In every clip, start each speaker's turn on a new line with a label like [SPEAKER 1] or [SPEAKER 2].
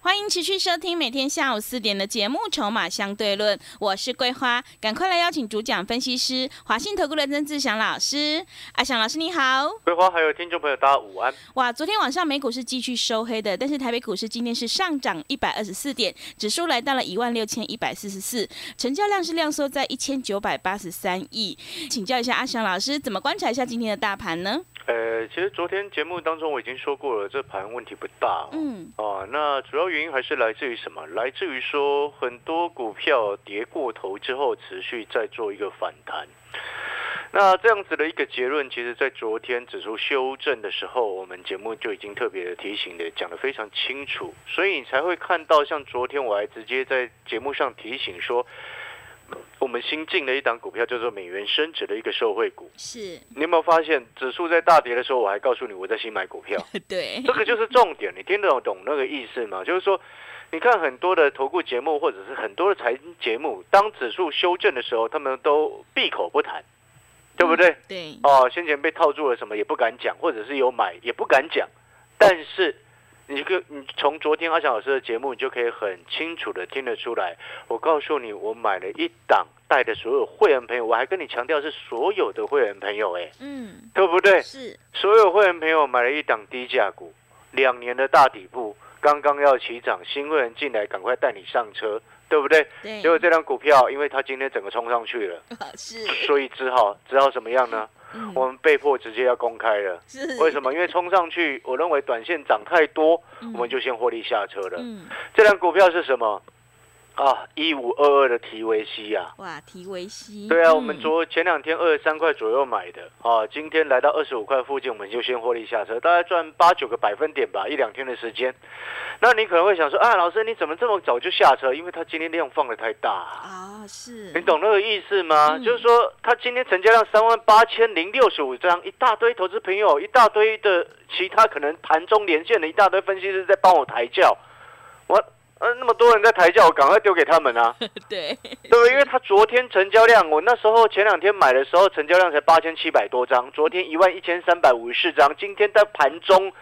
[SPEAKER 1] 欢迎持续收听每天下午四点的节目《筹码相对论》，我是桂花，赶快来邀请主讲分析师华信投顾的曾志祥老师。阿祥老师你好，
[SPEAKER 2] 桂花还有听众朋友，大家午安。
[SPEAKER 1] 哇，昨天晚上美股是继续收黑的，但是台北股市今天是上涨一百二十四点，指数来到了一万六千一百四十四，成交量是量缩在一千九百八十三亿。请教一下阿祥老师，怎么观察一下今天的大盘呢？
[SPEAKER 2] 呃，其实昨天节目当中我已经说过了，这盘问题不大、哦。
[SPEAKER 1] 嗯，
[SPEAKER 2] 哦，那主要原因还是来自于什么？来自于说很多股票跌过头之后，持续在做一个反弹。那这样子的一个结论，其实在昨天指数修正的时候，我们节目就已经特别的提醒的讲得非常清楚，所以你才会看到，像昨天我还直接在节目上提醒说，我们新进了一档股票叫做美元升值的一个受惠股。
[SPEAKER 1] 是
[SPEAKER 2] 你有没有发现，指数在大跌的时候，我还告诉你我在新买股票，
[SPEAKER 1] 对
[SPEAKER 2] 这，个就是重点。你听得懂懂那个意思吗？就是说，你看很多的投顾节目或者是很多的财经节目，当指数修正的时候，他们都闭口不谈，对不对？
[SPEAKER 1] 对，
[SPEAKER 2] 哦，先前被套住了什么也不敢讲，或者是有买也不敢讲，但是。你就你从昨天阿翔老师的节目，你就可以很清楚的听得出来。我告诉你，我买了一档，带的所有会员朋友，我还跟你强调是所有的会员朋友、哎，
[SPEAKER 1] 嗯，
[SPEAKER 2] 对不对？
[SPEAKER 1] 是，
[SPEAKER 2] 所有会员朋友买了一档低价股，两年的大底部，刚刚要起涨，新会员进来，赶快带你上车，对不对？
[SPEAKER 1] 对，
[SPEAKER 2] 结果这张股票，因为它今天整个冲上去了，
[SPEAKER 1] 是，
[SPEAKER 2] 所以只好只好怎么样呢？
[SPEAKER 1] 嗯
[SPEAKER 2] 我们被迫直接要公开了。
[SPEAKER 1] 是
[SPEAKER 2] 为什么？因为冲上去，我认为短线涨太多，
[SPEAKER 1] 嗯
[SPEAKER 2] 我们就先获利下车了。
[SPEAKER 1] 嗯，
[SPEAKER 2] 这张股票是什么？啊，一五二二的提维西啊。
[SPEAKER 1] 哇，提维西，
[SPEAKER 2] 对啊，我们
[SPEAKER 1] 嗯
[SPEAKER 2] 昨前两天二十三块左右买的啊，今天来到二十五块附近，我们就先获利下车，大概赚八九个百分点吧，一两天的时间。那你可能会想说，啊，老师你怎么这么早就下车？因为它今天量放的太大、
[SPEAKER 1] 啊，是，
[SPEAKER 2] 你懂那个意思吗？
[SPEAKER 1] 嗯
[SPEAKER 2] 就是说，它今天成交量三万八千零六十五张，一大堆投资朋友，一大堆的其他可能盘中连线的一大堆分析师在帮我抬轿，我。呃，那么多人在抬轿，我赶快丢给他们啊！
[SPEAKER 1] 对，
[SPEAKER 2] 对不对？因为它昨天成交量，我那时候前两天买的时候，成交量才八千七百多张，昨天一万一千三百五十四张，今天在盘中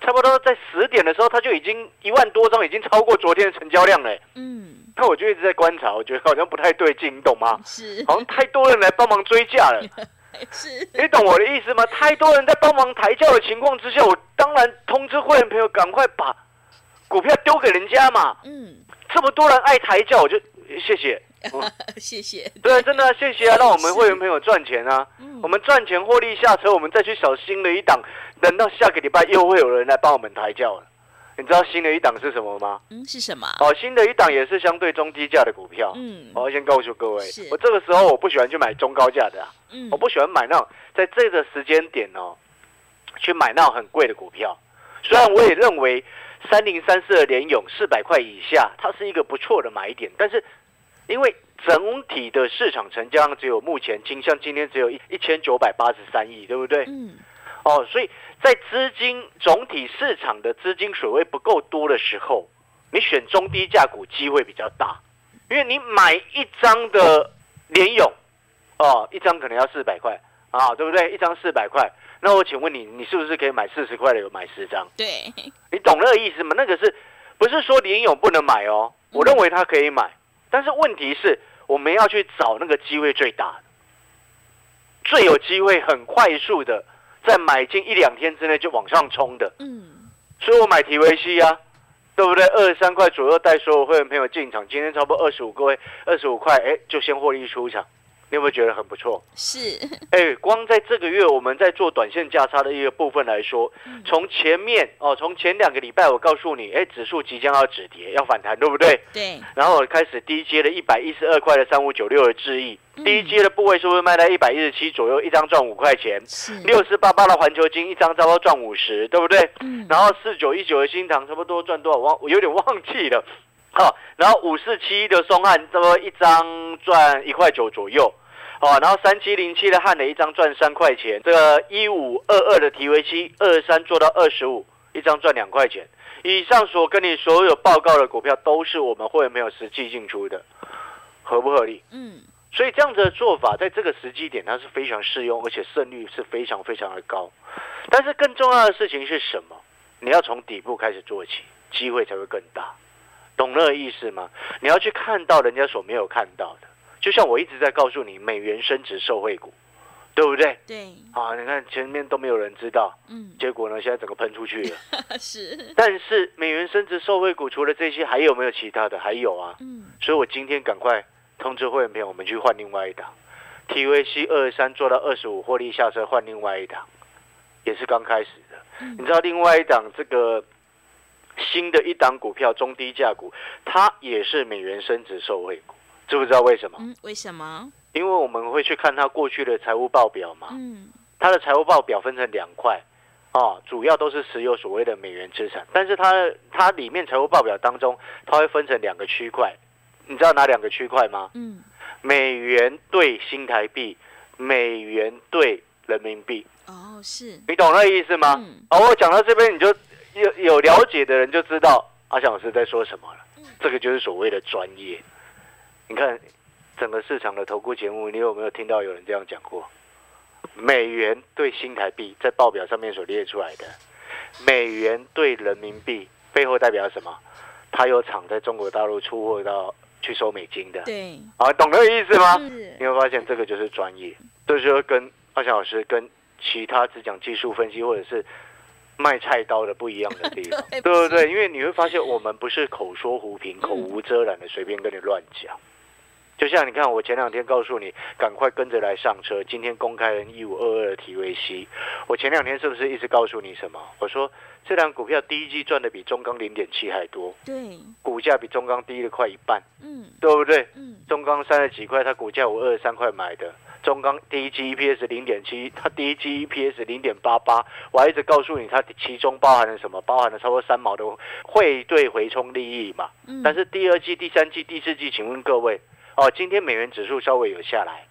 [SPEAKER 2] 差不多在十点的时候，它就已经一万多张，已经超过昨天的成交量了欸。
[SPEAKER 1] 嗯，
[SPEAKER 2] 那我就一直在观察，我觉得好像不太对劲，你 懂吗？
[SPEAKER 1] 是，
[SPEAKER 2] 好像太多人来帮忙追价了，
[SPEAKER 1] 是，
[SPEAKER 2] 你懂我的意思吗？太多人在帮忙抬轿的情况之下，我当然通知会员朋友赶快把股票丢给人家嘛。
[SPEAKER 1] 嗯，
[SPEAKER 2] 这么多人爱抬轿，我就谢谢。嗯
[SPEAKER 1] 谢谢，
[SPEAKER 2] 对，真的啊、谢谢啊，让我们会员朋友赚钱啊。
[SPEAKER 1] 嗯
[SPEAKER 2] 我们赚钱获利下车，我们再去找新的一档，等到下个礼拜又会有人来帮我们抬轿了。你知道新的一档是什么吗？
[SPEAKER 1] 嗯是什么？
[SPEAKER 2] 哦，新的一档也是相对中低价的股票。
[SPEAKER 1] 嗯
[SPEAKER 2] 我要先告诉各位
[SPEAKER 1] 是，
[SPEAKER 2] 我这个时候我不喜欢去买中高价的、啊，
[SPEAKER 1] 嗯
[SPEAKER 2] 我不喜欢买那种在这个时间点哦，去买那种很贵的股票。虽然我也认为三零三四的联勇四百块以下，它是一个不错的买点，但是因为整体的市场成交量只有目前今像今天只有一一千九百八十三亿，对不对？
[SPEAKER 1] 嗯
[SPEAKER 2] 哦，所以在资金总体市场的资金水位不够多的时候，你选中低价股机会比较大，因为你买一张的联勇，哦，一张可能要四百块啊，对不对？一张四百块，那我请问你，你是不是可以买四十块的有买十张？
[SPEAKER 1] 对，
[SPEAKER 2] 你懂那个意思吗？那个是不是说联勇不能买哦？我认为它可以买，但是问题是我们要去找那个机会最大的、最有机会、很快速的，在买进一两天之内就往上冲的。
[SPEAKER 1] 嗯
[SPEAKER 2] 所以我买提维西啊，对不对？二十三块左右带所有会员朋友进场，今天差不多二十五各位二十五块，哎，就先获利出场。你有没有觉得很不错？
[SPEAKER 1] 是，
[SPEAKER 2] 哎，光在这个月我们在做短线价差的一个部分来说，
[SPEAKER 1] 嗯
[SPEAKER 2] 从前面哦，从前两个礼拜我告诉你，哎，指数即将要止跌，要反弹，对不对？
[SPEAKER 1] 对，
[SPEAKER 2] 然后我开始低接了一百一十二块的三五九六的智易
[SPEAKER 1] 嗯，
[SPEAKER 2] 低接的部位是不是卖在一百一十七左右，一张赚五块钱？
[SPEAKER 1] 是
[SPEAKER 2] 六四八八的环球金一张差不多赚五十，对不对？
[SPEAKER 1] 嗯
[SPEAKER 2] 然后四九一九的新塘差不多赚多少？忘我有点忘记了。好、然后五四七的松汉，差不多一张赚一块九左右。哦，然后三七零七的汉磊一张赚三块钱，这个一五二二的提维七二三做到二十五，一张赚两块钱。以上所跟你所有报告的股票都是我们会员没有实际进出的，合不合理？
[SPEAKER 1] 嗯
[SPEAKER 2] 所以这样子的做法，在这个时机点，它是非常适用，而且胜率是非常非常的高。但是更重要的事情是什么？你要从底部开始做起，机会才会更大。懂那个意思吗？你要去看到人家所没有看到的，就像我一直在告诉你，美元升值受惠股，对不对？
[SPEAKER 1] 对，
[SPEAKER 2] 啊，你看前面都没有人知道，
[SPEAKER 1] 嗯，
[SPEAKER 2] 结果呢，现在整个喷出去了。
[SPEAKER 1] 是，
[SPEAKER 2] 但是美元升值受惠股除了这些，还有没有其他的？还有啊，
[SPEAKER 1] 嗯，
[SPEAKER 2] 所以我今天赶快通知会员朋友，我们去换另外一档 TVC 二三做到二十五获利下车，换另外一档，也是刚开始的。
[SPEAKER 1] 嗯
[SPEAKER 2] 你知道另外一档这个新的一档股票中低价股，它也是美元升值受惠股，知不知道为什么？
[SPEAKER 1] 嗯，为什么？
[SPEAKER 2] 因为我们会去看它过去的财务报表嘛，
[SPEAKER 1] 嗯，
[SPEAKER 2] 它的财务报表分成两块。啊，主要都是持有所谓的美元资产，但是它它里面财务报表当中，它会分成两个区块，你知道哪两个区块吗？
[SPEAKER 1] 嗯，
[SPEAKER 2] 美元兑新台币，美元兑人民币，
[SPEAKER 1] 哦，是，
[SPEAKER 2] 你懂那意思吗？
[SPEAKER 1] 嗯
[SPEAKER 2] 哦，我讲到这边，你就有有了解的人就知道阿翔老师在说什么了
[SPEAKER 1] 嗯。
[SPEAKER 2] 这个就是所谓的专业。你看整个市场的投顾节目，你有没有听到有人这样讲过？美元对新台币在报表上面所列出来的，美元对人民币背后代表什么？它有厂在中国大陆出货到去收美金的。
[SPEAKER 1] 对，嗯
[SPEAKER 2] 啊，懂那个意思吗？
[SPEAKER 1] 是，
[SPEAKER 2] 你会发现这个就是专业，就是说跟阿翔老师跟其他只讲技术分析或者是卖菜刀的不一样的地方，
[SPEAKER 1] 对不
[SPEAKER 2] 对
[SPEAKER 1] 是嗯
[SPEAKER 2] 不对？因为你会发现我们不是口说无凭、口无遮拦的随便跟你乱讲。就像你看，我前两天告诉你，赶快跟着来上车。今天公开了一五二二的 TVC，我前两天是不是一直告诉你什么？我说这档股票第一季赚的比中钢零点七还多，
[SPEAKER 1] 对，
[SPEAKER 2] 股价比中钢低了快一半，
[SPEAKER 1] 嗯
[SPEAKER 2] 对不对？
[SPEAKER 1] 嗯，
[SPEAKER 2] 中钢三十几块，它股价我二十三块买的。中钢第一季 EPS 零点七，它第一季 EPS 零点八八，我还一直告诉你它其中包含了什么，包含了超过三毛的汇兑回冲利益嘛。
[SPEAKER 1] 嗯，
[SPEAKER 2] 但是第二季、第三季、第四季，请问各位，哦，今天美元指数稍微有下来，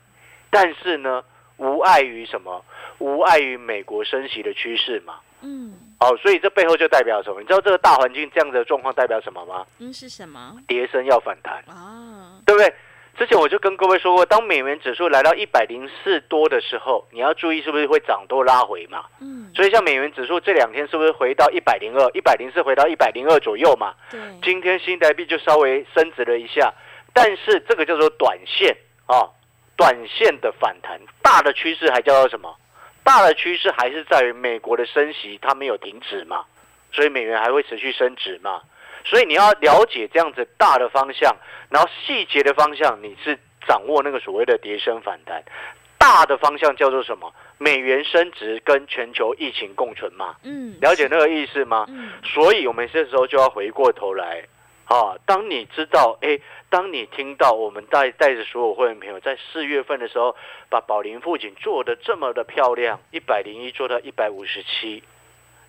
[SPEAKER 2] 但是呢，无碍于什么？无碍于美国升息的趋势嘛。
[SPEAKER 1] 嗯，
[SPEAKER 2] 哦，所以这背后就代表什么？你知道这个大环境这样子的状况代表什么吗？
[SPEAKER 1] 嗯是什么？
[SPEAKER 2] 跌升要反弹。
[SPEAKER 1] 啊，
[SPEAKER 2] 对不对？之前我就跟各位说过，当美元指数来到一百零四多的时候，你要注意是不是会涨多拉回嘛？
[SPEAKER 1] 嗯，
[SPEAKER 2] 所以像美元指数这两天是不是回到一百零二、一百零四，回到一百零二左右嘛？
[SPEAKER 1] 对，
[SPEAKER 2] 今天新台币就稍微升值了一下，但是这个叫做短线啊、短线的反弹，大的趋势还叫做什么？大的趋势还是在于美国的升息，它没有停止嘛，所以美元还会持续升值嘛。所以你要了解这样子大的方向，然后细节的方向你是掌握那个所谓的跌升反弹。大的方向叫做什么？美元升值跟全球疫情共存嘛？
[SPEAKER 1] 嗯，
[SPEAKER 2] 了解那个意思吗？
[SPEAKER 1] 嗯，
[SPEAKER 2] 所以我们这时候就要回过头来，啊，当你知道，哎，当你听到我们带带着所有会员朋友在四月份的时候，把宝林富锦做的这么的漂亮，一百零一做到一百五十七。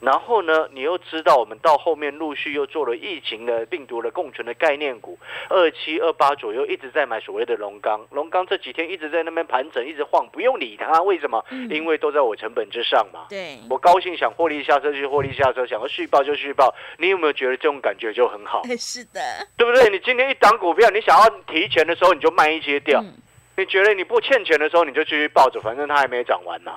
[SPEAKER 2] 然后呢，你又知道我们到后面陆续又做了疫情的病毒的共存的概念股，二七二八左右一直在买所谓的龙钢，龙钢这几天一直在那边盘整，一直晃，不用理它，为什么？
[SPEAKER 1] 嗯
[SPEAKER 2] 因为都在我成本之上嘛。
[SPEAKER 1] 对，
[SPEAKER 2] 我高兴想获利下车就获利下车，想要续报就续报。你有没有觉得这种感觉就很好，
[SPEAKER 1] 哎 是的，
[SPEAKER 2] 对不对？你今天一档股票，你想要提前的时候你就卖一些掉，
[SPEAKER 1] 嗯
[SPEAKER 2] 你觉得你不欠钱的时候你就继续抱着，反正它还没涨完嘛。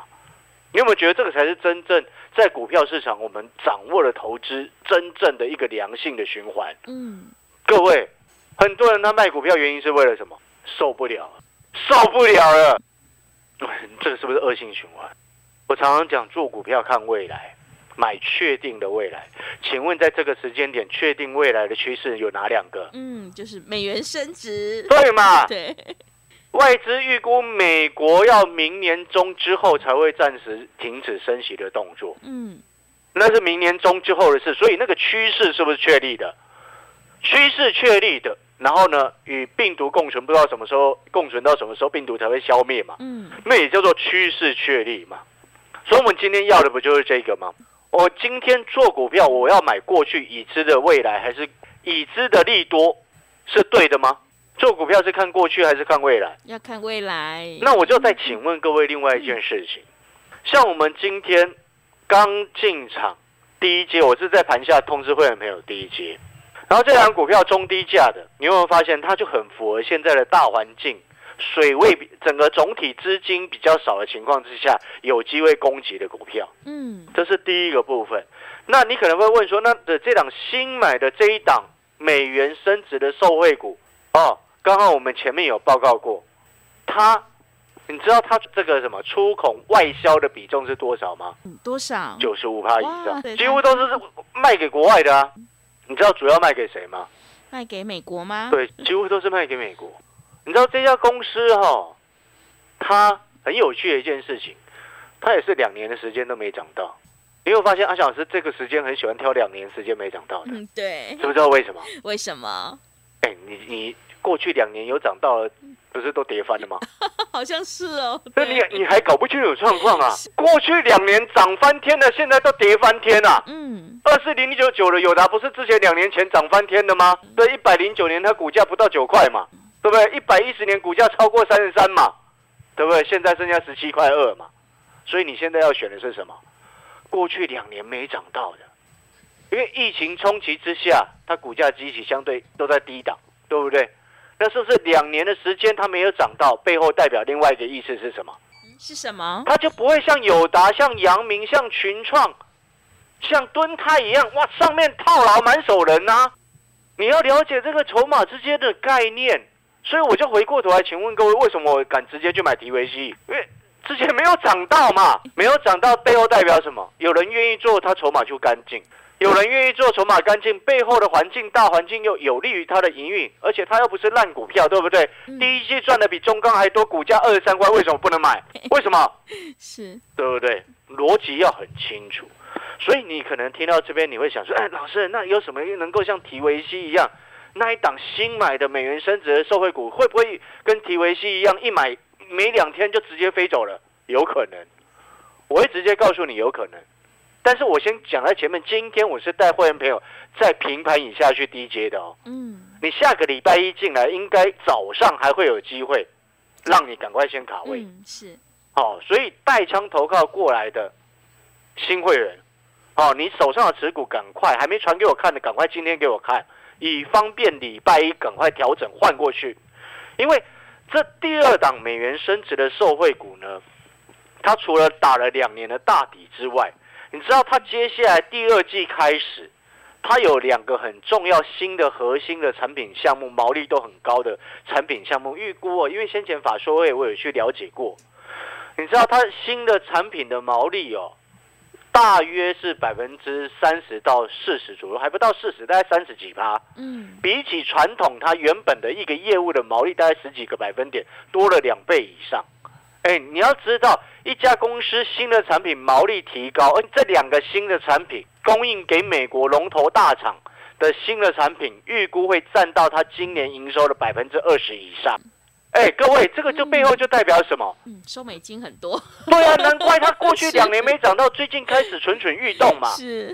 [SPEAKER 2] 你有没有觉得这个才是真正在股票市场我们掌握了投资真正的一个良性的循环？
[SPEAKER 1] 嗯，
[SPEAKER 2] 各位，很多人他卖股票原因是为了什么？受不了，受不了了。这个是不是恶性循环？我常常讲做股票看未来，买确定的未来。请问在这个时间点，确定未来的趋势有哪两个？
[SPEAKER 1] 嗯，就是美元升值，
[SPEAKER 2] 对啊嘛？
[SPEAKER 1] 对，
[SPEAKER 2] 外资预估美国要明年中之后才会暂时停止升息的动作。
[SPEAKER 1] 嗯
[SPEAKER 2] 那是明年中之后的事，所以那个趋势是不是确立的？趋势确立的，然后呢，与病毒共存，不知道什么时候共存到什么时候，病毒才会消灭嘛？
[SPEAKER 1] 嗯
[SPEAKER 2] 那也叫做趋势确立嘛。所以我们今天要的不就是这个吗？我今天做股票，我要买过去已知的未来，还是已知的利多，是对的吗？做股票是看过去还是看未来？
[SPEAKER 1] 要看未来，
[SPEAKER 2] 那我就再请问各位另外一件事情，像我们今天刚进场第一阶，我是在盘下通知会员朋友第一阶，然后这档股票中低价的，你有没有发现它就很符合现在的大环境？水位比整个总体资金比较少的情况之下，有机会攻击的股票，
[SPEAKER 1] 嗯
[SPEAKER 2] 这是第一个部分。那你可能会问说，那的这档新买的这一档美元升值的受惠股哦。刚刚我们前面有报告过，它，你知道它这个什么出口外销的比重是多少吗？
[SPEAKER 1] 嗯多少？
[SPEAKER 2] 九十五趴以
[SPEAKER 1] 哇
[SPEAKER 2] 上
[SPEAKER 1] 对，
[SPEAKER 2] 几乎都是卖给国外的啊。你知道主要卖给谁吗？
[SPEAKER 1] 卖给美国吗？，
[SPEAKER 2] 对，几乎都是卖给美国。你知道这家公司哈、它很有趣的一件事情，它也是两年的时间都没涨到。你有发现阿翔老师这个时间很喜欢挑两年时间没涨到的，
[SPEAKER 1] 嗯，对
[SPEAKER 2] 知。不知道为什么？
[SPEAKER 1] 为什么？
[SPEAKER 2] 哎、你你过去两年有涨到了，不是都跌翻了吗？
[SPEAKER 1] 好像是哦。
[SPEAKER 2] 那你你还搞不清楚状况啊？过去两年涨翻天的，现在都跌翻天了、
[SPEAKER 1] 嗯，
[SPEAKER 2] 二四零九九的友达不是之前两年前涨翻天的吗？对，一百零九年它股价不到九块嘛，对不对？一百一十年股价超过三十三嘛，对不对？现在剩下十七块二嘛，所以你现在要选的是什么？过去两年没涨到的，因为疫情冲击之下，它股价基期相对都在低档，对不对？那是不是两年的时间它没有涨到，背后代表另外一个意思是什么？
[SPEAKER 1] 是什么？
[SPEAKER 2] 它就不会像友达、像阳明、像群创、像敦泰一样，哇，上面套牢满手人呐、你要了解这个筹码之间的概念，所以我就回过头来，请问各位，为什么我敢直接去买提维西？因为之前没有涨到嘛，没有涨到背后代表什么？有人愿意做，它筹码就干净。有人愿意做筹码干净，背后的环境大环境又有利于它的营运，而且它又不是烂股票，对不对？
[SPEAKER 1] 嗯
[SPEAKER 2] 第一季赚的比中钢还多，股价二十三块，为什么不能买？为什么？
[SPEAKER 1] 是
[SPEAKER 2] 对不对？逻辑要很清楚。所以你可能听到这边，你会想说，哎，老师，那有什么能够像提维西一样，那一档新买的美元升值的受惠股，会不会跟提维西一样，一买没两天就直接飞走了？有可能，我会直接告诉你有可能。但是我先讲在前面，今天我是带会员朋友在平盘以下去低接的哦。
[SPEAKER 1] 嗯
[SPEAKER 2] 你下个礼拜一进来，应该早上还会有机会，让你赶快先卡位。
[SPEAKER 1] 嗯是
[SPEAKER 2] 哦，所以带枪投靠过来的新会员，哦，你手上的持股赶快还没传给我看的，赶快今天给我看，以方便礼拜一赶快调整换过去，因为这第二档美元升值的受惠股呢，它除了打了两年的大底之外，你知道它接下来第二季开始。它有两个很重要新的核心的产品项目，毛利都很高的产品项目，预估哦，因为先前法说会我有去了解过，你知道它新的产品的毛利哦，大约是百分之三十到四十左右，还不到四十，大概三十几趴。
[SPEAKER 1] 嗯
[SPEAKER 2] 比起传统它原本的一个业务的毛利，大概十几个百分点，多了两倍以上。哎，你要知道，一家公司新的产品毛利提高，而这两个新的产品供应给美国龙头大厂的新的产品，预估会占到它今年营收的百分之二十以上。哎，各位，这个就背后就代表什么？
[SPEAKER 1] 嗯，收美金很多
[SPEAKER 2] 对啊，难怪它 过去两年没涨到，最近开始蠢蠢欲动嘛。
[SPEAKER 1] 是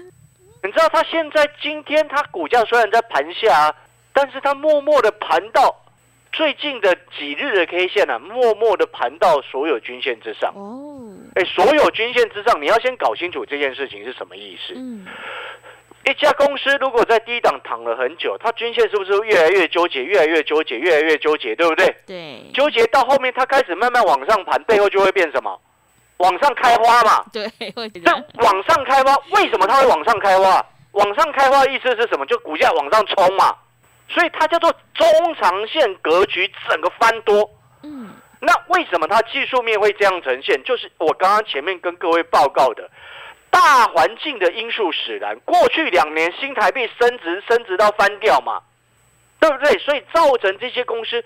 [SPEAKER 2] 你知道它现在今天它股价虽然在盘下、啊，但是它默默的盘到最近的几日的 K 线啊，默默的盘到所有均线之上。
[SPEAKER 1] 哦
[SPEAKER 2] 哎，所有均线之上，你要先搞清楚这件事情是什么意思。
[SPEAKER 1] 嗯
[SPEAKER 2] 一家公司如果在低档躺了很久，它均线是不是越来越纠结，越来越纠结，越来越纠结，对不对？
[SPEAKER 1] 对
[SPEAKER 2] 纠结到后面，它开始慢慢往上盘，背后就会变什么？往上开花嘛。
[SPEAKER 1] 对， 我觉
[SPEAKER 2] 这
[SPEAKER 1] 得
[SPEAKER 2] 往上开花，为什么它会往上开花？往上开花的意思是什么？就股价往上冲嘛，所以它叫做中长线格局整个翻多。
[SPEAKER 1] 嗯
[SPEAKER 2] 那为什么它技术面会这样呈现？就是我刚刚前面跟各位报告的，大环境的因素使然。过去两年新台币升值，升值到翻掉嘛，对不对？所以造成这些公司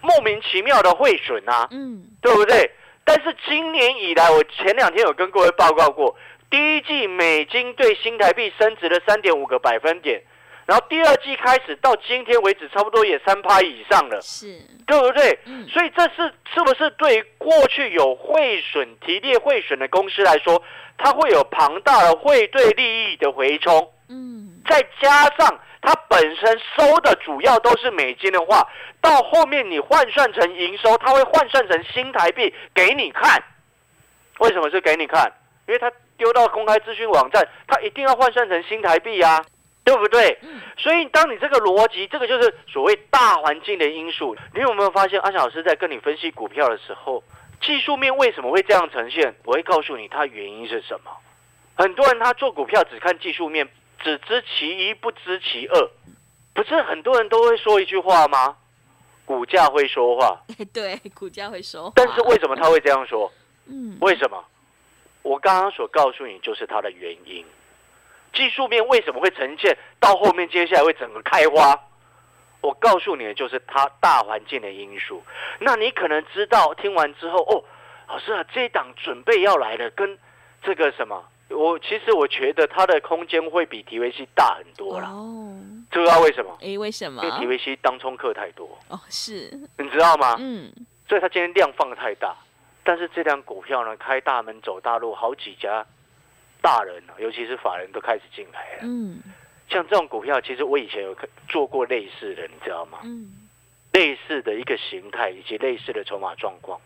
[SPEAKER 2] 莫名其妙的汇损啊。
[SPEAKER 1] 嗯
[SPEAKER 2] 对不对？但是今年以来，我前两天有跟各位报告过，第一季美金对新台币升值了三点五个百分点，然后第二季开始到今天为止，差不多也三趴以上了，
[SPEAKER 1] 是
[SPEAKER 2] 对不对？
[SPEAKER 1] 嗯
[SPEAKER 2] 所以这是是不是对于过去有汇损、提列汇损的公司来说，它会有庞大的汇兑利益的回冲？
[SPEAKER 1] 嗯
[SPEAKER 2] 再加上它本身收的主要都是美金的话，到后面你换算成营收，它会换算成新台币给你看。为什么是给你看？因为它丢到公开资讯网站，它一定要换算成新台币呀、对不对？
[SPEAKER 1] 嗯
[SPEAKER 2] 所以，当你这个逻辑，这个就是所谓大环境的因素。你有没有发现，阿翔老师在跟你分析股票的时候，技术面为什么会这样呈现？我会告诉你它原因是什么。很多人他做股票只看技术面，只知其一不知其二，不是很多人都会说一句话吗？股价会说话，
[SPEAKER 1] 对，股价会说话。
[SPEAKER 2] 但是为什么他会这样说？
[SPEAKER 1] 嗯，
[SPEAKER 2] 为什么？我刚刚所告诉你就是它的原因。技术面为什么会呈现到后面，接下来会整个开花？我告诉你的就是它大环境的因素。那你可能知道，听完之后哦，老师啊，这一档准备要来了，跟这个什么，我其实我觉得它的空间会比 TVC 大很多啦。
[SPEAKER 1] 哦，
[SPEAKER 2] 知不知道为什么？
[SPEAKER 1] 诶，为什么
[SPEAKER 2] 因为？TVC 啊当冲客太多，
[SPEAKER 1] 哦，是，
[SPEAKER 2] 你知道吗？
[SPEAKER 1] 嗯，
[SPEAKER 2] 所以它今天量放得太大，但是这辆股票呢，开大门走大路，好几家大人啊，尤其是法人都开始进来了。
[SPEAKER 1] 嗯，
[SPEAKER 2] 像这种股票，其实我以前有做过类似的，你知道吗？
[SPEAKER 1] 嗯，
[SPEAKER 2] 类似的一个形态以及类似的筹码状况，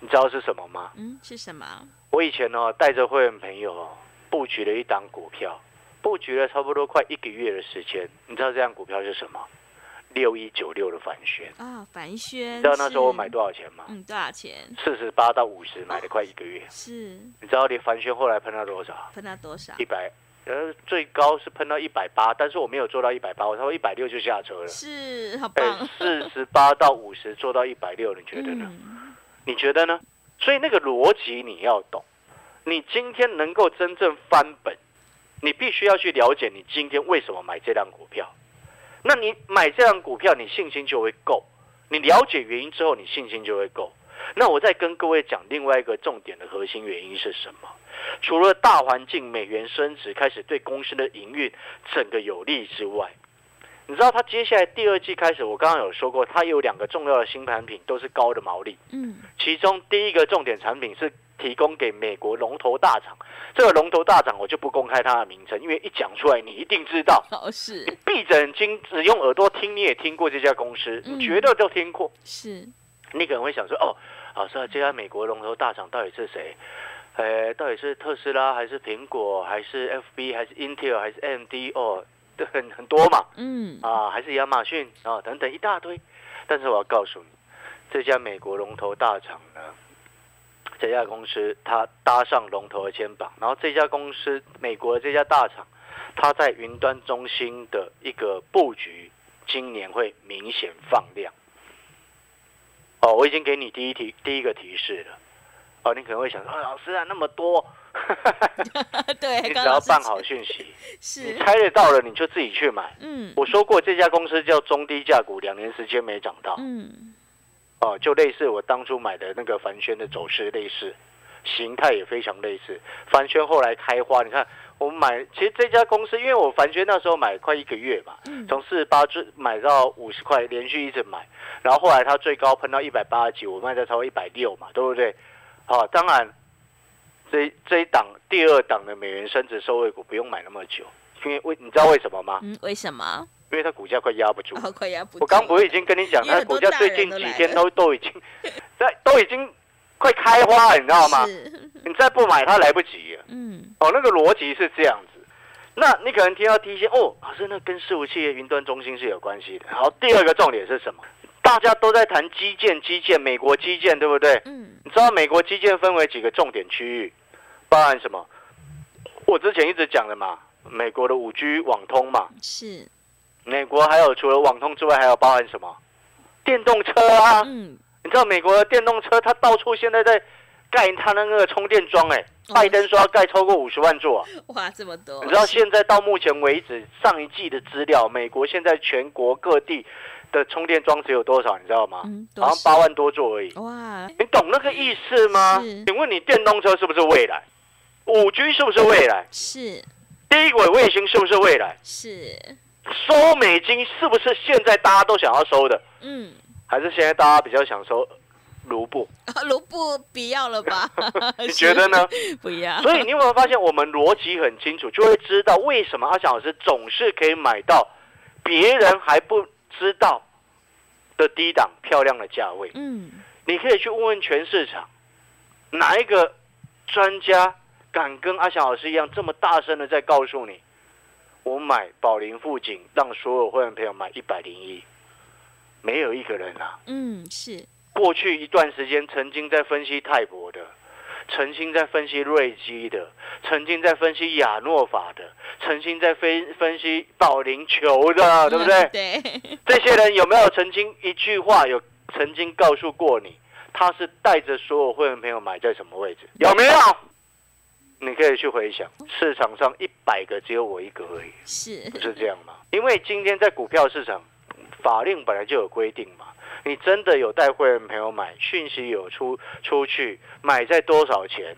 [SPEAKER 2] 你知道是什么吗？
[SPEAKER 1] 嗯，是什么？
[SPEAKER 2] 我以前呢、哦带着会员朋友哦布局了一档股票，布局了差不多快一个月的时间。你知道这档股票是什么？六一九六的反旋，
[SPEAKER 1] 啊，凡轩，
[SPEAKER 2] 你知道那时候我买
[SPEAKER 1] 是
[SPEAKER 2] 多少钱吗？
[SPEAKER 1] 嗯，多少钱？
[SPEAKER 2] 四十八到五十买了快一个月。
[SPEAKER 1] 是
[SPEAKER 2] 你知道连凡轩后来喷到多少？
[SPEAKER 1] 分到多少
[SPEAKER 2] 一？百，呃，最高是喷到一百八，但是我没有做到一百八，我差不多一百六就下车了。
[SPEAKER 1] 是，好棒
[SPEAKER 2] 哎，，四十八到五十做到一百六，你觉得呢？
[SPEAKER 1] 嗯，
[SPEAKER 2] 你觉得呢？所以那个逻辑你要懂，你今天能够真正翻本，你必须要去了解你今天为什么买这辆股票。那你买这辆股票，你信心就会够。你了解原因之后，你信心就会够。那我再跟各位讲另外一个重点的核心原因是什么？除了大环境美元升值开始对公司的营运整个有利之外，你知道它接下来第二季开始，我刚刚有说过，它有两个重要的新产品都是高的毛利。
[SPEAKER 1] 嗯，
[SPEAKER 2] 其中第一个重点产品是提供给美国龙头大厂，这个龙头大厂我就不公开它的名称，因为一讲出来你一定知道，
[SPEAKER 1] 哦，是
[SPEAKER 2] 你闭着眼睛只用耳朵听你也听过这家公司，
[SPEAKER 1] 嗯
[SPEAKER 2] 你绝对都听过。
[SPEAKER 1] 是，
[SPEAKER 2] 你可能会想说，哦，老师啊，这家美国龙头大厂到底是谁？呃，到底是特斯拉还是苹果还是 FB 还是 Intel 还是 AMD 哦，这很很多嘛。
[SPEAKER 1] 嗯，
[SPEAKER 2] 啊，还是亚马逊啊等等一大堆。但是我要告诉你，这家美国龙头大厂呢，这家公司它搭上龙头的肩膀，然后这家公司美国的这家大厂，它在云端中心的一个布局，今年会明显放量。哦，我已经给你第一提第一个提示了。哦，你可能会想说，啊、老师啊，那么多，
[SPEAKER 1] 对，
[SPEAKER 2] 啊你只
[SPEAKER 1] 刚刚
[SPEAKER 2] 要
[SPEAKER 1] 老师
[SPEAKER 2] 办
[SPEAKER 1] 讲
[SPEAKER 2] 好讯息，你
[SPEAKER 1] 是，
[SPEAKER 2] 猜得到了你就自己去买。
[SPEAKER 1] 嗯，
[SPEAKER 2] 我说过这家公司叫中低价股，两年时间没涨到
[SPEAKER 1] 嗯，
[SPEAKER 2] 哦、就类似我当初买的那个凡轩的走势类似，形态也非常类似。凡轩后来开花，你看我买，其实这家公司，因为我凡轩那时候买快一个月嘛，
[SPEAKER 1] 嗯，
[SPEAKER 2] 从四十八至买到五十块，连续一直买，然后后来它最高喷到一百八十几，我卖在超过一百六嘛，对不对？好、当然这这一档第二档的美元升值受惠股不用买那么久，因为为你知道为什么吗？
[SPEAKER 1] 嗯，为什么？
[SPEAKER 2] 因为它股价快压不住了
[SPEAKER 1] 好，快要不，
[SPEAKER 2] 我刚不是已，经跟你讲，
[SPEAKER 1] 因为
[SPEAKER 2] 它
[SPEAKER 1] 很
[SPEAKER 2] 股
[SPEAKER 1] 多
[SPEAKER 2] 价
[SPEAKER 1] 大
[SPEAKER 2] 最
[SPEAKER 1] 人
[SPEAKER 2] 近
[SPEAKER 1] 都
[SPEAKER 2] 几
[SPEAKER 1] 来
[SPEAKER 2] 天
[SPEAKER 1] 了
[SPEAKER 2] 都都已经 在都已经快开花了，你知道吗？
[SPEAKER 1] 是，
[SPEAKER 2] 你再不买它来不及了。
[SPEAKER 1] 嗯，
[SPEAKER 2] 哦，那个逻辑是这样子。那你可能听到第一些哦，老师，那跟伺服器的云端中心是有关系的。好，第二个重点是什么？大家都在谈基建，基建，美国基建，对不对？
[SPEAKER 1] 嗯，
[SPEAKER 2] 你知道美国基建分为几个重点区域，包含什么？我之前一直讲的嘛，美国的五 G 网通嘛，
[SPEAKER 1] 是，
[SPEAKER 2] 美国还有除了网通之外，还有包含什么？电动车啊！
[SPEAKER 1] 嗯，
[SPEAKER 2] 你知道美国的电动车，它到处现在在盖它那个充电桩、哎，
[SPEAKER 1] 哦
[SPEAKER 2] 拜登说要盖超过五十万座啊、
[SPEAKER 1] 哇，这么多，
[SPEAKER 2] 你知道现在到目前为止，上一季的资料，美国现在全国各地的充电桩只有多少？你知道吗？
[SPEAKER 1] 嗯，多
[SPEAKER 2] 好像
[SPEAKER 1] 少
[SPEAKER 2] 八万多座而已。
[SPEAKER 1] 哇，
[SPEAKER 2] 你懂那个意思吗
[SPEAKER 1] 是？
[SPEAKER 2] 请问你电动车是不是未来？五 G 是不是未来？
[SPEAKER 1] 是
[SPEAKER 2] 低轨卫星是不是未来？
[SPEAKER 1] 是，
[SPEAKER 2] 收美金是不是现在大家都想要收的？
[SPEAKER 1] 嗯，
[SPEAKER 2] 还是现在大家比较想收卢布？
[SPEAKER 1] 啊卢布不要了吧？
[SPEAKER 2] 你
[SPEAKER 1] 呃是
[SPEAKER 2] 觉得呢？？
[SPEAKER 1] 不要，
[SPEAKER 2] 所以你有没有发现，我们逻辑很清楚，就会知道为什么阿翔老师总是可以买到别人还不知道的低档漂亮的价位。
[SPEAKER 1] 嗯，
[SPEAKER 2] 你可以去问问全市场，哪一个专家敢跟阿翔老师一样这么大声的在告诉你，我买宝林富锦，让所有会员朋友买一百零一，没有一个人啊。
[SPEAKER 1] 嗯，是，
[SPEAKER 2] 过去一段时间曾经在分析泰博的，曾经在分析瑞基的，曾经在分析亚诺法的，曾经在分分析保龄球
[SPEAKER 1] 嗯
[SPEAKER 2] 的，啊对不对？
[SPEAKER 1] 对，
[SPEAKER 2] 这些人有没有曾经一句话有曾经告诉过你，他是带着所有会员朋友买在什么位置？有没有？你可以去回想，市场上一百个只有我一个而已，
[SPEAKER 1] 是
[SPEAKER 2] 不是这样吗？因为今天在股票市场，法令本来就有规定嘛。你真的有带会员朋友买，讯息有出出去，买在多少钱，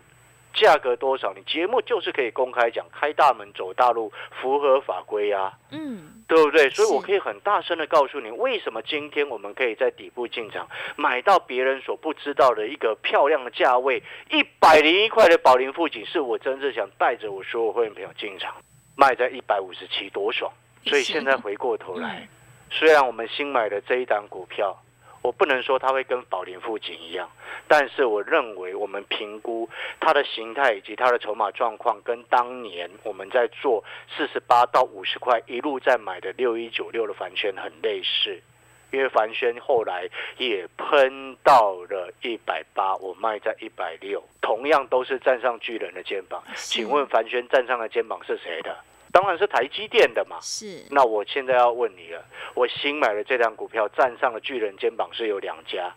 [SPEAKER 2] 价格多少，你节目就是可以公开讲，开大门走大路，符合法规啊。
[SPEAKER 1] 嗯，
[SPEAKER 2] 对不对？所以
[SPEAKER 1] 是
[SPEAKER 2] 我可以很大声的告诉你，为什么今天我们可以在底部进场，买到别人所不知道的一个漂亮的价位，一百零一块的宝林富锦，是我真正想带着我所有会员朋友进场，卖在一百五十七，多爽！所以
[SPEAKER 1] 是
[SPEAKER 2] 现在回过头来，虽然我们新买的这一档股票，我不能说它会跟宝林富锦一样，但是我认为我们评估它的形态以及它的筹码状况，跟当年我们在做四十八到五十块一路在买的六一九六的凡轩很类似。因为凡轩后来也喷到了一百八，我卖在一百六，同样都是站上巨人的肩膀。
[SPEAKER 1] 是
[SPEAKER 2] 请问凡轩站上的肩膀是谁的？当然是台积电的嘛。
[SPEAKER 1] 嗯是
[SPEAKER 2] 那我现在要问你了，我新买的这张股票站上了巨人肩膀是有两家，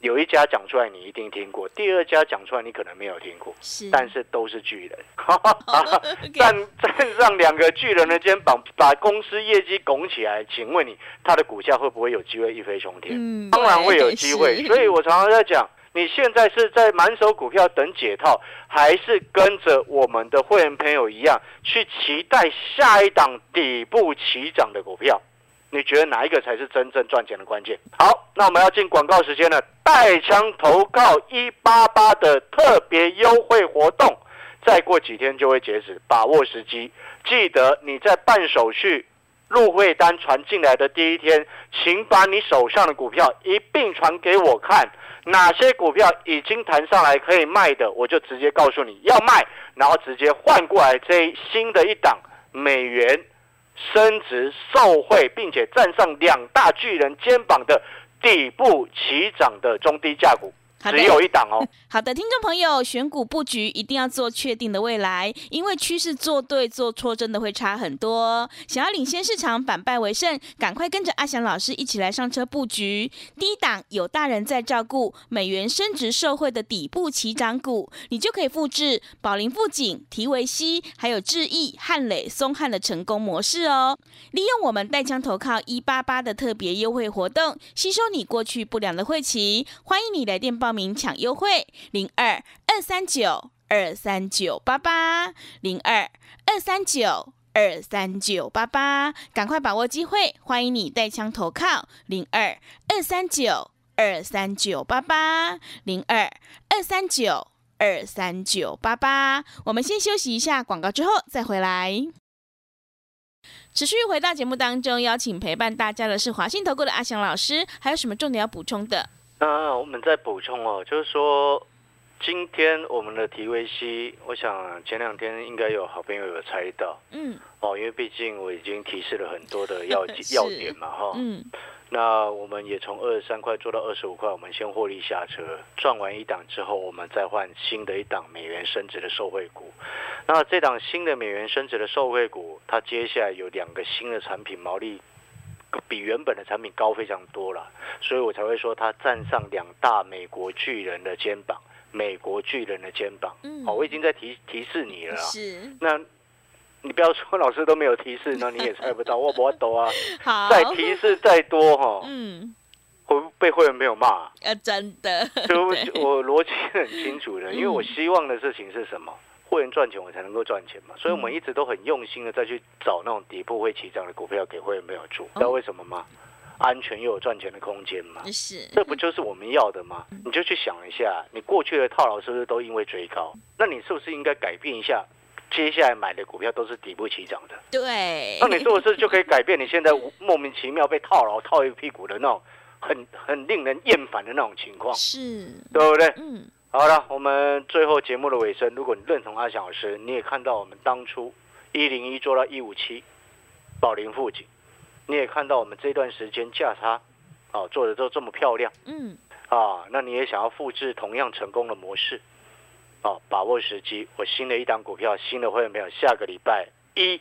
[SPEAKER 2] 有一家讲出来你一定听过，第二家讲出来你可能没有听过，
[SPEAKER 1] 是，
[SPEAKER 2] 但是都是巨人。
[SPEAKER 1] 但
[SPEAKER 2] 站 站上两个巨人的肩膀，把公司业绩拱起来，请问你它的股价会不会有机会一飞冲天？
[SPEAKER 1] 嗯，
[SPEAKER 2] 当然会有机会。
[SPEAKER 1] 是
[SPEAKER 2] 所以我常常在讲，你现在是在满手股票等解套，还是跟着我们的会员朋友一样去期待下一档底部起涨的股票？你觉得哪一个才是真正赚钱的关键？好，那我们要进广告时间了。带枪投靠一八八的特别优惠活动，再过几天就会截止，把握时机。记得你在办手续入会单传进来的第一天，请把你手上的股票一并传给我看，哪些股票已经谈上来可以卖的，我就直接告诉你要卖，然后直接换过来这一新的一档美元升值受惠，并且站上两大巨人肩膀的底部起涨的中低价股，
[SPEAKER 1] 好的
[SPEAKER 2] 只有一档哦。
[SPEAKER 1] 好的，听众朋友，选股布局一定要做确定的未来，因为趋势做对做错真的会差很多。想要领先市场，反败为胜，赶快跟着阿翔老师一起来上车布局。低档有大人在照顾，美元升值受惠的底部起涨股，你就可以复制宝林富锦、提维西、还有智毅、汉磊、松汉的成功模式哦。利用我们带枪投靠一八八的特别优惠活动，吸收你过去不良的晦气。欢迎你来电报名抢优惠，零二二三九二三九八八，零二二三九二三九八八，赶快把握机会，欢迎你带枪投靠，零二二三九二三九八八，零二二三九二三九八八。我们先休息一下广告，之后再回来。持续回到节目当中，邀请陪伴大家的是华信投顾的阿翔老师，还有什么重点要补充的？
[SPEAKER 2] 那我们再补充哦，就是说，今天我们的提维西，我想前两天应该有好朋友有猜到
[SPEAKER 1] 嗯
[SPEAKER 2] 哦，因为毕竟我已经提示了很多 的要
[SPEAKER 1] 是
[SPEAKER 2] 要点嘛哈、
[SPEAKER 1] 嗯，
[SPEAKER 2] 那我们也从二十三块做到二十五块，我们先获利下车，赚完一档之后，我们再换新的一档美元升值的受惠股。那这档新的美元升值的受惠股，它接下来有两个新的产品毛利。比原本的产品高非常多了，所以我才会说它站上两大美国巨人的肩膀，美国巨人的肩膀。哦
[SPEAKER 1] 嗯
[SPEAKER 2] 好、我已经在提提示你了啊。
[SPEAKER 1] 是
[SPEAKER 2] 那，你不要说老师都没有提 示，那你也猜不到，我不懂啊。
[SPEAKER 1] 好，
[SPEAKER 2] 再提示再多哈，
[SPEAKER 1] 嗯
[SPEAKER 2] 会不会被会员朋友骂、
[SPEAKER 1] 呃，真的
[SPEAKER 2] 就 我逻辑很清楚的，
[SPEAKER 1] 嗯
[SPEAKER 2] 因为我希望的事情是什么？会员赚钱，我才能够赚钱嘛。
[SPEAKER 1] 嗯
[SPEAKER 2] 所以我们一直都很用心的再去找那种底部会起涨的股票给会员朋友做，
[SPEAKER 1] 哦
[SPEAKER 2] 知道为什么吗？安全又有赚钱的空间嘛。
[SPEAKER 1] 是
[SPEAKER 2] 这不就是我们要的吗？
[SPEAKER 1] 嗯
[SPEAKER 2] 你就去想一下，你过去的套牢是不是都因为追高？那你是不是应该改变一下？接下来买的股票都是底部起涨的，
[SPEAKER 1] 对
[SPEAKER 2] 那，你做的事就可以改变你现在无莫名其妙被套牢、套一屁股的那种很很令人厌烦的那种情况，
[SPEAKER 1] 是
[SPEAKER 2] 对不对？
[SPEAKER 1] 嗯
[SPEAKER 2] 好了，我们最后节目的尾声，如果你认同阿翔老师，你也看到我们当初一零一做到一五七，宝林附近，你也看到我们这段时间价差，哦，做的都这么漂亮
[SPEAKER 1] 嗯
[SPEAKER 2] 啊，那你也想要复制同样成功的模式，哦，把握时机。我新的一档股票，新的会员朋友，下个礼拜一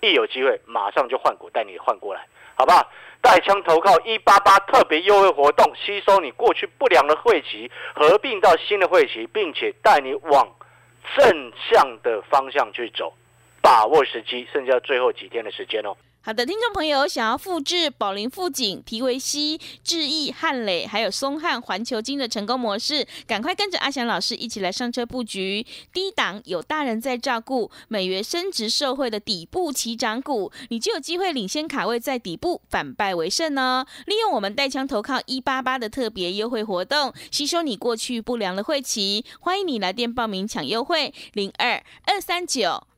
[SPEAKER 2] 一有机会，马上就换股，带你换过来，好不好？带枪投靠一八八特别优惠活动，吸收你过去不良的汇集，合并到新的汇集，并且带你往正向的方向去走。把握时机，剩下最后几天的时间哦。
[SPEAKER 1] 好的，听众朋友，想要复制宝林、富锦、提维西、智毅、汉磊，还有松汉、环球金的成功模式，赶快跟着阿翔老师一起来上车布局低档有大人在照顾，美元升值受惠的底部起涨股，你就有机会领先卡位在底部，反败为胜哦。利用我们带枪投靠一八八的特别优惠活动，吸收你过去不良的晦气，欢迎你来电报名抢优惠，零二二三九。